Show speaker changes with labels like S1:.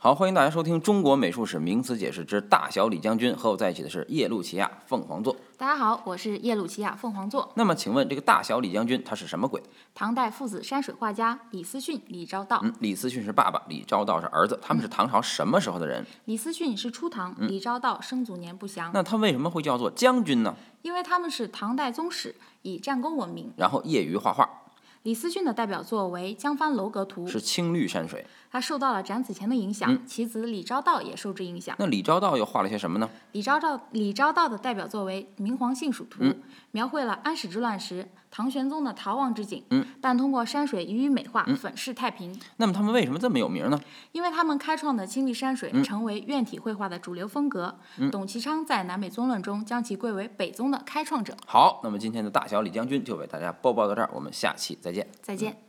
S1: 好，欢迎大家收听《中国美术史名词解释之大小李将军》，和我在一起的是耶路齐亚凤凰座。
S2: 大家好，我是耶鲁齐亚凤凰座，
S1: 那么，请问这个大小李将军他是什么鬼？
S2: 唐代父子山水画家李思训、李昭道。
S1: 嗯，李思训是爸爸，李昭道是儿子，他们是唐朝什么时候的人？
S2: 李思训是初唐，李昭道生卒年不详。
S1: 嗯那他为什么会叫做将军呢？
S2: 因为他们是唐代宗室，以战功闻名。
S1: 然后业余画画，
S2: 李思训的代表作为《江帆楼阁图》，
S1: 是嗯青绿山水。
S2: 他受到了展子虔的影响，其子李昭道也受之影响。
S1: 那李昭道又画了些什么呢？
S2: 李昭道李昭道的代表作为《明皇信蜀图》，
S1: 嗯
S2: 描绘了安史之乱时唐玄宗的逃亡之景，
S1: 嗯
S2: 但通过山水予以美化，粉饰太平。
S1: 那么他们为什么这么有名呢？
S2: 因为他们开创的青绿山水成为院体绘画的主流风格。董其昌在《南北宗论》中将其归为北宗的开创者。
S1: 好，那么今天的大小李将军就为大家播报到这儿，我们下期再见。
S2: 再见。